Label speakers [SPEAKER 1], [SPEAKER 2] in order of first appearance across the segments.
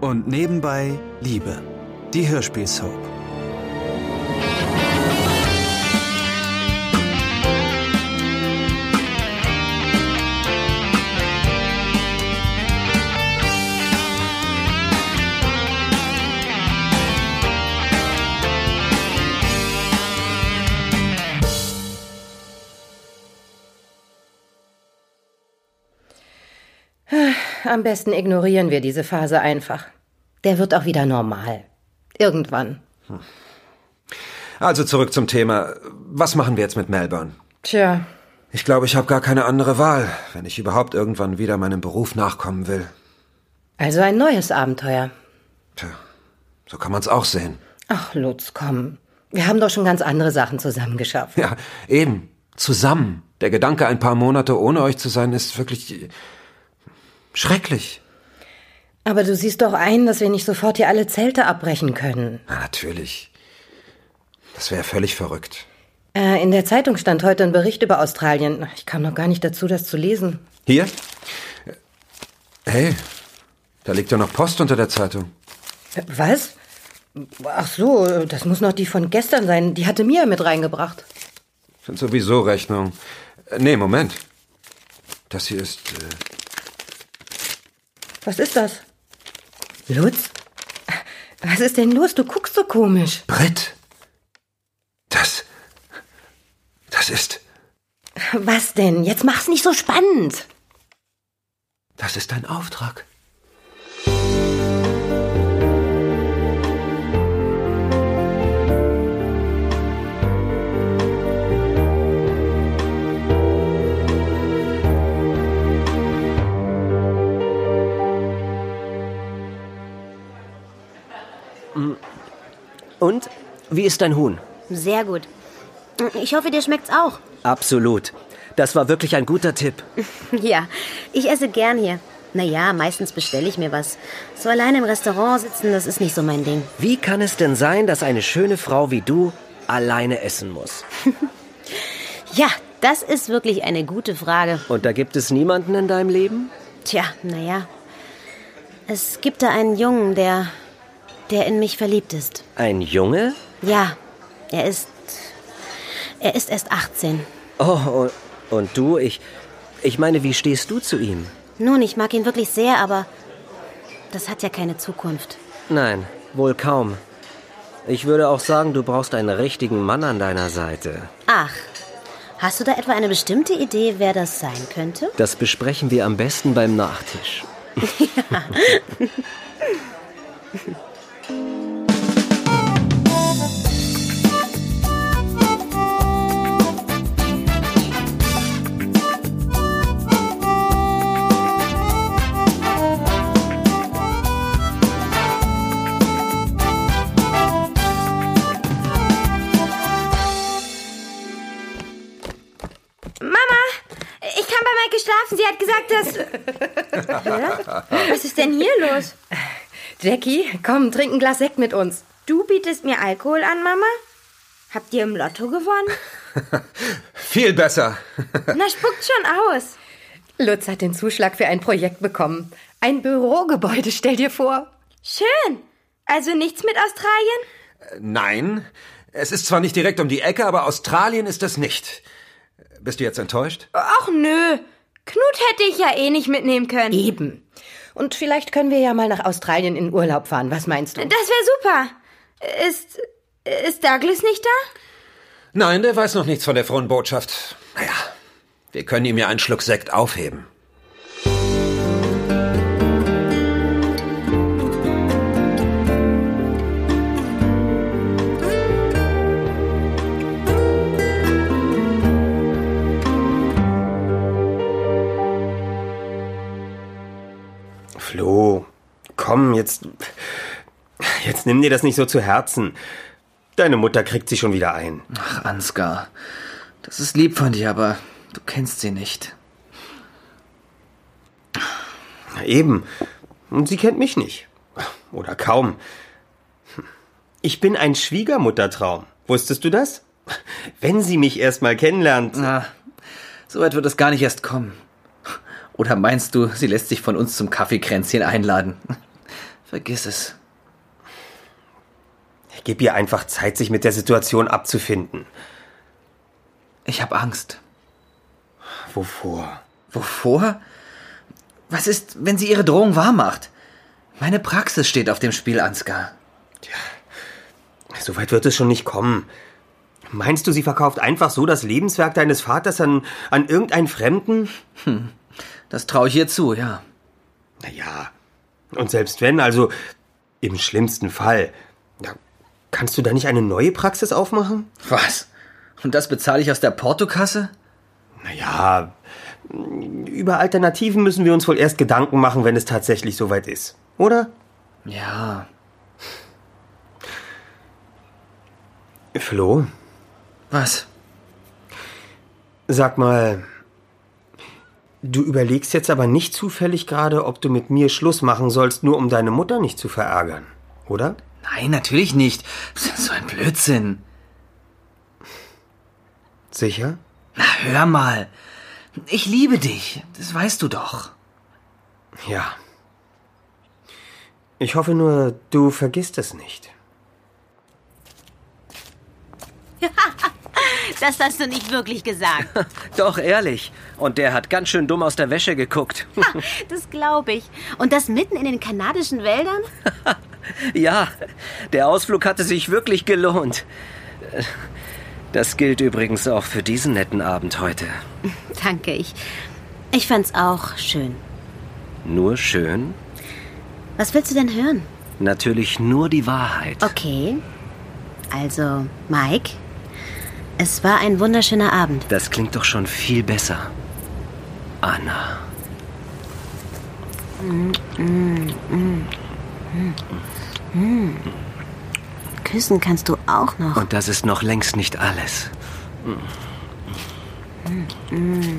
[SPEAKER 1] Und nebenbei Liebe, die Hörspielsoap.
[SPEAKER 2] Am besten ignorieren wir diese Phase einfach. Der wird auch wieder normal. Irgendwann.
[SPEAKER 3] Also zurück zum Thema. Was machen wir jetzt mit Melbourne?
[SPEAKER 2] Tja,
[SPEAKER 3] Ich glaube, ich habe gar keine andere Wahl, wenn ich überhaupt irgendwann wieder meinem Beruf nachkommen will.
[SPEAKER 2] also ein neues Abenteuer.
[SPEAKER 3] Tja, so kann man's auch sehen.
[SPEAKER 2] Ach, Lutz, komm. Wir haben doch schon ganz andere Sachen zusammengeschafft.
[SPEAKER 3] Ja, eben. Zusammen. Der Gedanke, ein paar Monate ohne euch zu sein, ist wirklich schrecklich.
[SPEAKER 2] Aber du siehst doch ein, dass wir nicht sofort hier alle Zelte abbrechen können.
[SPEAKER 3] Na, natürlich. Das wäre völlig verrückt.
[SPEAKER 2] Äh, in der Zeitung stand heute ein Bericht über Australien. Ich kam noch gar nicht dazu, das zu lesen.
[SPEAKER 3] Hier? Hey, da liegt ja noch Post unter der Zeitung.
[SPEAKER 2] Äh, Was? Ach so, äh, das muss noch die von gestern sein. Die hatte Mia mit reingebracht.
[SPEAKER 3] Sind sowieso Rechnungen. Äh, Nee, Moment. Das hier ist. Äh,
[SPEAKER 2] Was ist das? Lutz? Was ist denn los? Du guckst so komisch.
[SPEAKER 3] Brett? Das. Das ist.
[SPEAKER 2] Was denn? Jetzt mach's nicht so spannend.
[SPEAKER 3] Das ist ein Auftrag.
[SPEAKER 4] Und? Wie ist dein Huhn?
[SPEAKER 5] Sehr gut. Ich hoffe, dir schmeckt's auch.
[SPEAKER 4] Absolut. Das war wirklich ein guter Tipp.
[SPEAKER 5] Ja, ich esse gern hier. Naja, meistens bestelle ich mir was. So allein im Restaurant sitzen, das ist nicht so mein Ding.
[SPEAKER 4] Wie kann es denn sein, dass eine schöne Frau wie du alleine essen muss?
[SPEAKER 5] Ja, das ist wirklich eine gute Frage.
[SPEAKER 4] Und da gibt es niemanden in deinem Leben?
[SPEAKER 5] Tja, naja. Es gibt da einen Jungen, der. der in mich verliebt ist.
[SPEAKER 4] Ein Junge?
[SPEAKER 5] Ja, er ist. er ist erst 18.
[SPEAKER 4] Oh, u- und du, ich. Ich meine, wie stehst du zu ihm?
[SPEAKER 5] Nun, ich mag ihn wirklich sehr, aber. das hat ja keine Zukunft.
[SPEAKER 4] Nein, wohl kaum. Ich würde auch sagen, du brauchst einen richtigen Mann an deiner Seite.
[SPEAKER 5] Ach, hast du da etwa eine bestimmte Idee, wer das sein könnte?
[SPEAKER 4] Das besprechen wir am besten beim Nachtisch.
[SPEAKER 6] Ich kann bei Maike schlafen. Sie hat gesagt, dass. Hä? Was ist denn hier los?
[SPEAKER 2] Jackie, komm, trink ein Glas Sekt mit uns.
[SPEAKER 6] Du bietest mir Alkohol an, Mama? Habt ihr im Lotto gewonnen?
[SPEAKER 3] Viel besser.
[SPEAKER 6] Na, spuckt schon aus.
[SPEAKER 2] Lutz hat den Zuschlag für ein Projekt bekommen. Ein Bürogebäude, stell dir vor.
[SPEAKER 6] Schön. Also nichts mit Australien?
[SPEAKER 3] Nein, es ist zwar nicht direkt um die Ecke, aber Australien ist es nicht. Bist du jetzt enttäuscht?
[SPEAKER 6] Ach nö. Knut hätte ich ja eh nicht mitnehmen können.
[SPEAKER 2] Eben. Und vielleicht können wir ja mal nach Australien in Urlaub fahren. Was meinst du?
[SPEAKER 6] Das wäre super. Ist. Ist Douglas nicht da?
[SPEAKER 3] Nein, der weiß noch nichts von der frohen Botschaft. Naja, wir können ihm ja einen Schluck Sekt aufheben.
[SPEAKER 7] Flo, komm, jetzt. Jetzt nimm dir das nicht so zu Herzen. Deine Mutter kriegt sie schon wieder ein.
[SPEAKER 8] Ach, Ansgar. Das ist lieb von dir, aber du kennst sie nicht.
[SPEAKER 7] Eben. Und sie kennt mich nicht. Oder kaum. Ich bin ein Schwiegermuttertraum. Wusstest du das? Wenn sie mich erstmal kennenlernt.
[SPEAKER 8] Na, so weit wird es gar nicht erst kommen. Oder meinst du, sie lässt sich von uns zum Kaffeekränzchen einladen? Vergiss es.
[SPEAKER 7] Gib ihr einfach Zeit, sich mit der Situation abzufinden.
[SPEAKER 8] Ich habe Angst.
[SPEAKER 7] Wovor?
[SPEAKER 8] Wovor? Was ist, wenn sie ihre Drohung wahr macht? Meine Praxis steht auf dem Spiel, Ansgar.
[SPEAKER 7] So weit wird es schon nicht kommen. Meinst du, sie verkauft einfach so das Lebenswerk deines Vaters an, an irgendeinen Fremden?
[SPEAKER 8] Hm, Das traue ich ihr zu, ja.
[SPEAKER 7] Naja. Und selbst wenn, also im schlimmsten Fall, ja, kannst du da nicht eine neue Praxis aufmachen?
[SPEAKER 8] Was? Und das bezahle ich aus der Portokasse?
[SPEAKER 7] Naja, über Alternativen müssen wir uns wohl erst Gedanken machen, wenn es tatsächlich soweit ist, oder?
[SPEAKER 8] Ja.
[SPEAKER 7] Flo,
[SPEAKER 8] Was?
[SPEAKER 7] sag mal, du überlegst jetzt aber nicht zufällig gerade, ob du mit mir Schluss machen sollst, nur um deine Mutter nicht zu verärgern, oder?
[SPEAKER 8] Nein, natürlich nicht. So ein Blödsinn.
[SPEAKER 7] Sicher?
[SPEAKER 8] Na, hör mal. Ich liebe dich. Das weißt du doch.
[SPEAKER 7] Ja. Ich hoffe nur, du vergisst es nicht.
[SPEAKER 5] Das hast du nicht wirklich gesagt.
[SPEAKER 4] Doch, ehrlich. Und der hat ganz schön dumm aus der Wäsche geguckt.
[SPEAKER 5] Das glaube ich. Und das mitten in den kanadischen Wäldern?
[SPEAKER 4] ja, der Ausflug hatte sich wirklich gelohnt. Das gilt übrigens auch für diesen netten Abend heute.
[SPEAKER 5] Danke, ich. Ich fand's auch schön.
[SPEAKER 4] Nur schön,
[SPEAKER 5] Was willst du denn hören?
[SPEAKER 4] natürlich nur die Wahrheit.
[SPEAKER 5] Okay. Also, Mike, es war ein wunderschöner Abend.
[SPEAKER 4] Das klingt doch schon viel besser. Anna.
[SPEAKER 5] Mm, mm. Küssen kannst du auch noch.
[SPEAKER 4] Und das ist noch längst nicht alles. Hm.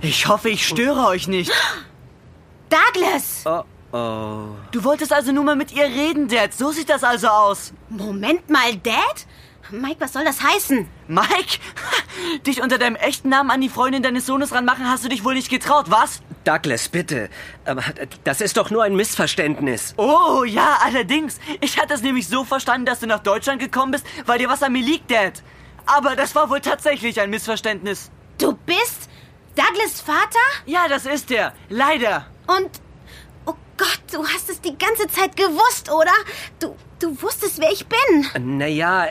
[SPEAKER 9] Ich hoffe, ich störe euch nicht. Ah.
[SPEAKER 5] Douglas!
[SPEAKER 4] Oh, oh.
[SPEAKER 9] Du wolltest also nur mal mit ihr reden, Dad. So sieht das also aus.
[SPEAKER 5] Moment mal, Dad? Mike, was soll das heißen?
[SPEAKER 9] Mike, dich unter deinem echten Namen an die Freundin deines Sohnes ranmachen, hast du dich wohl nicht getraut, was?
[SPEAKER 4] Douglas, bitte. Aber Ähm, das ist doch nur ein Missverständnis.
[SPEAKER 9] Oh, ja, allerdings. Ich hatte es nämlich so verstanden, dass du nach Deutschland gekommen bist, weil dir was an mir liegt, Dad. Aber das war wohl tatsächlich ein Missverständnis.
[SPEAKER 5] Du bist Douglas Vater?
[SPEAKER 9] Ja, das ist er. Leider.
[SPEAKER 5] Und. Oh Gott, du hast es die ganze Zeit gewusst, oder? Du, du wusstest, wer ich bin.
[SPEAKER 4] Naja,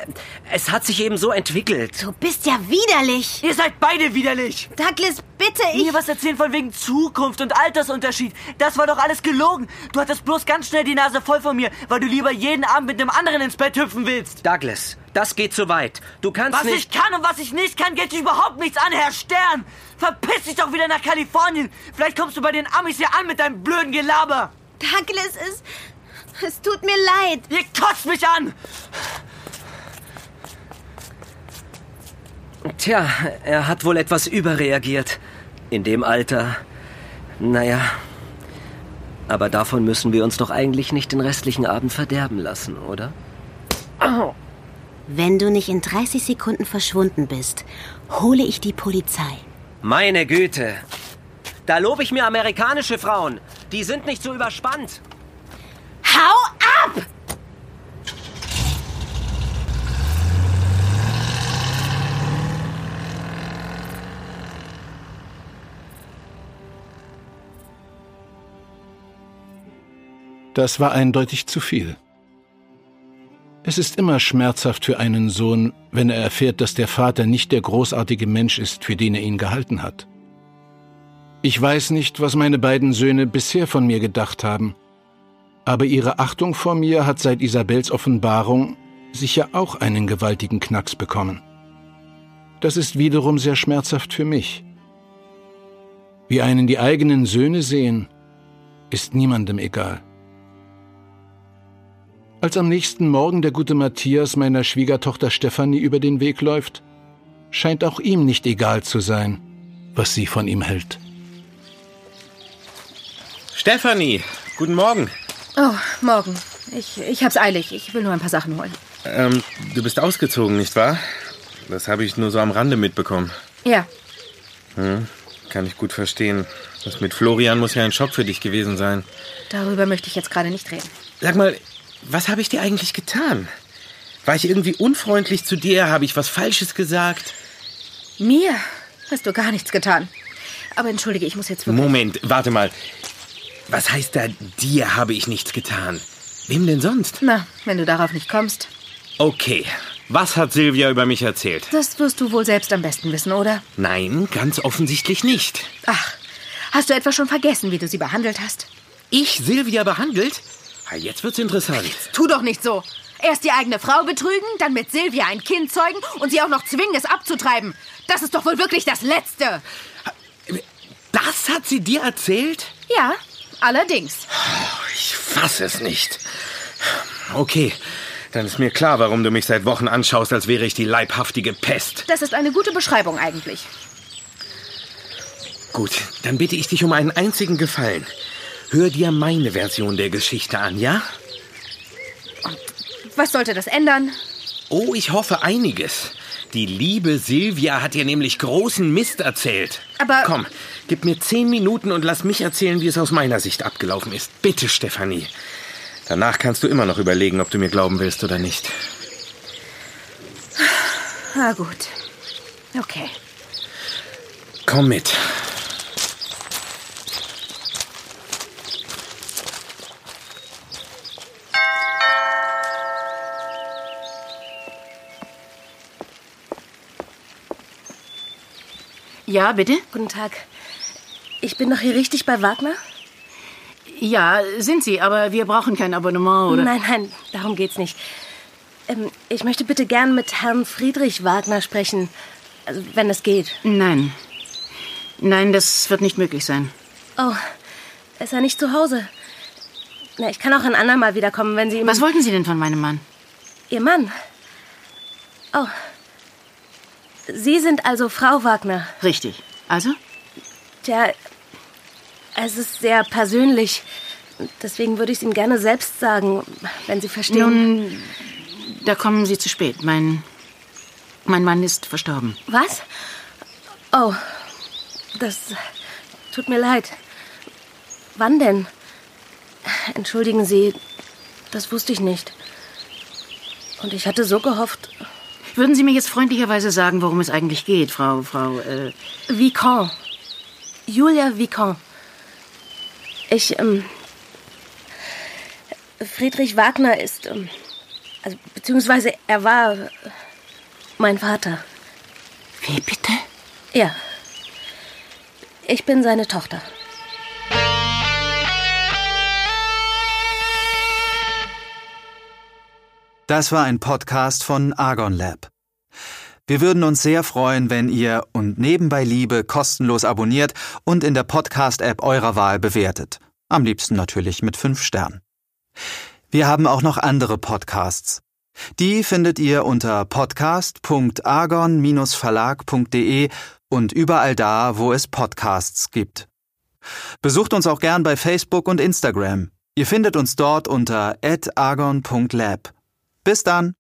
[SPEAKER 4] es hat sich eben so entwickelt.
[SPEAKER 5] Du bist ja widerlich.
[SPEAKER 9] Ihr seid beide widerlich.
[SPEAKER 5] Douglas, bitte, ich.
[SPEAKER 9] Mir was erzählen von wegen Zukunft und Altersunterschied. Das war doch alles gelogen. Du hattest bloß ganz schnell die Nase voll von mir, weil du lieber jeden Abend mit einem anderen ins Bett hüpfen willst.
[SPEAKER 4] Douglas, das geht zu weit. Du kannst
[SPEAKER 9] Was ich
[SPEAKER 4] nicht.
[SPEAKER 9] kann und was ich nicht kann, geht dich überhaupt nichts an, Herr Stern. Verpiss dich doch wieder nach Kalifornien. Vielleicht kommst du bei den Amis hier an mit deinem blöden Gelaber.
[SPEAKER 5] Douglas, es. Es tut mir leid.
[SPEAKER 9] Ihr kotzt mich an.
[SPEAKER 4] Tja, er hat wohl etwas überreagiert. In dem Alter. Naja. Aber davon müssen wir uns doch eigentlich nicht den restlichen Abend verderben lassen, oder?
[SPEAKER 5] Wenn du nicht in 30 Sekunden verschwunden bist, hole ich die Polizei.
[SPEAKER 4] Meine Güte. Da lobe ich mir amerikanische Frauen. Die sind nicht so überspannt.
[SPEAKER 5] Hau ab!
[SPEAKER 10] Das war eindeutig zu viel. Es ist immer schmerzhaft für einen Sohn, wenn er erfährt, dass der Vater nicht der großartige Mensch ist, für den er ihn gehalten hat. Ich weiß nicht, was meine beiden Söhne bisher von mir gedacht haben, aber ihre Achtung vor mir hat seit Isabels Offenbarung sicher auch einen gewaltigen Knacks bekommen. Das ist wiederum sehr schmerzhaft für mich. Wie einen die eigenen Söhne sehen, ist niemandem egal. Als am nächsten Morgen der gute Matthias meiner Schwiegertochter Stefanie über den Weg läuft, scheint auch ihm nicht egal zu sein, was sie von ihm hält.
[SPEAKER 11] Stefanie, guten Morgen.
[SPEAKER 6] Oh, morgen. Ich, ich hab's eilig. Ich will nur ein paar Sachen holen.
[SPEAKER 11] Ähm, du bist ausgezogen, nicht wahr? Das habe ich nur so am Rande mitbekommen.
[SPEAKER 6] Ja.
[SPEAKER 11] Kann ich Hm? gut verstehen. Das mit Florian muss ja ein Schock für dich gewesen sein.
[SPEAKER 12] Darüber möchte ich jetzt gerade nicht reden.
[SPEAKER 11] Sag mal, was habe ich dir eigentlich getan? War ich irgendwie unfreundlich zu dir? Habe ich was Falsches gesagt?
[SPEAKER 12] Mir hast du gar nichts getan. Aber entschuldige, ich muss jetzt wirklich...
[SPEAKER 11] Moment, warte mal. Was heißt da, dir habe ich nichts getan? Wem denn sonst?
[SPEAKER 12] Na, wenn du darauf nicht kommst.
[SPEAKER 11] Okay, was hat Silvia über mich erzählt?
[SPEAKER 12] Das wirst du wohl selbst am besten wissen, oder?
[SPEAKER 11] Nein, ganz offensichtlich nicht.
[SPEAKER 12] Ach, hast du etwa schon vergessen, wie du sie behandelt hast?
[SPEAKER 11] Ich Silvia behandelt? Ah, Jetzt wird's interessant.
[SPEAKER 12] Tu doch nicht so. Erst die eigene Frau betrügen, dann mit Silvia ein Kind zeugen und sie auch noch zwingen, es abzutreiben. Das ist doch wohl wirklich das Letzte.
[SPEAKER 11] Das hat sie dir erzählt?
[SPEAKER 12] Ja, allerdings.
[SPEAKER 11] Fass es nicht. Okay, dann ist mir klar, warum du mich seit Wochen anschaust, als wäre ich die leibhaftige Pest.
[SPEAKER 12] Das ist eine gute Beschreibung eigentlich.
[SPEAKER 11] Gut, dann bitte ich dich um einen einzigen Gefallen. Hör dir meine Version der Geschichte an, ja?
[SPEAKER 12] Was sollte das ändern?
[SPEAKER 11] Oh, ich hoffe einiges. Die liebe Silvia hat dir nämlich großen Mist erzählt.
[SPEAKER 12] Aber-
[SPEAKER 11] Komm, gib mir zehn Minuten und lass mich erzählen, wie es aus meiner Sicht abgelaufen ist. Bitte, Stefanie. Danach kannst du immer noch überlegen, ob du mir glauben willst oder nicht.
[SPEAKER 12] Na Ah, gut. Okay.
[SPEAKER 11] Komm mit.
[SPEAKER 12] Ja, bitte?
[SPEAKER 13] Guten Tag. Ich bin doch hier richtig bei Wagner?
[SPEAKER 12] Ja, sind Sie, aber wir brauchen kein Abonnement, oder?
[SPEAKER 13] Nein, nein, darum geht's nicht. Ähm, ich möchte bitte gern mit Herrn Friedrich Wagner sprechen, also, wenn es geht.
[SPEAKER 12] Nein. Nein, das wird nicht möglich sein.
[SPEAKER 13] Oh, ist er nicht zu Hause? Na, ich kann auch ein andermal wiederkommen, wenn Sie ihm...
[SPEAKER 12] Was wollten Sie denn von meinem Mann?
[SPEAKER 13] Ihr Mann? Oh. Sie sind also Frau Wagner.
[SPEAKER 12] Richtig. Also?
[SPEAKER 13] Tja, es ist sehr persönlich. Deswegen würde ich es ihm gerne selbst sagen, wenn Sie verstehen.
[SPEAKER 12] Nun, da kommen Sie zu spät. Mein, mein Mann ist verstorben.
[SPEAKER 13] Was? Oh, das tut mir leid. Wann denn? Entschuldigen Sie, das wusste ich nicht. Und ich hatte so gehofft.
[SPEAKER 12] Würden Sie mir jetzt freundlicherweise sagen, worum es eigentlich geht, Frau, Frau, äh,
[SPEAKER 13] Vicomte. Julia Vicomte. Ich, ähm. Friedrich Wagner ist, ähm. Also, beziehungsweise er war äh, mein Vater.
[SPEAKER 12] Wie bitte?
[SPEAKER 13] Ja. Ich bin seine Tochter.
[SPEAKER 1] Das war ein Podcast von Argon Lab. Wir würden uns sehr freuen, wenn ihr und nebenbei Liebe kostenlos abonniert und in der Podcast-App eurer Wahl bewertet. Am liebsten natürlich mit 5 Sternen. Wir haben auch noch andere Podcasts. Die findet ihr unter podcast.argon-verlag.de und überall da, wo es Podcasts gibt. Besucht uns auch gern bei Facebook und Instagram. Ihr findet uns dort unter @argon.lab. Bis dann!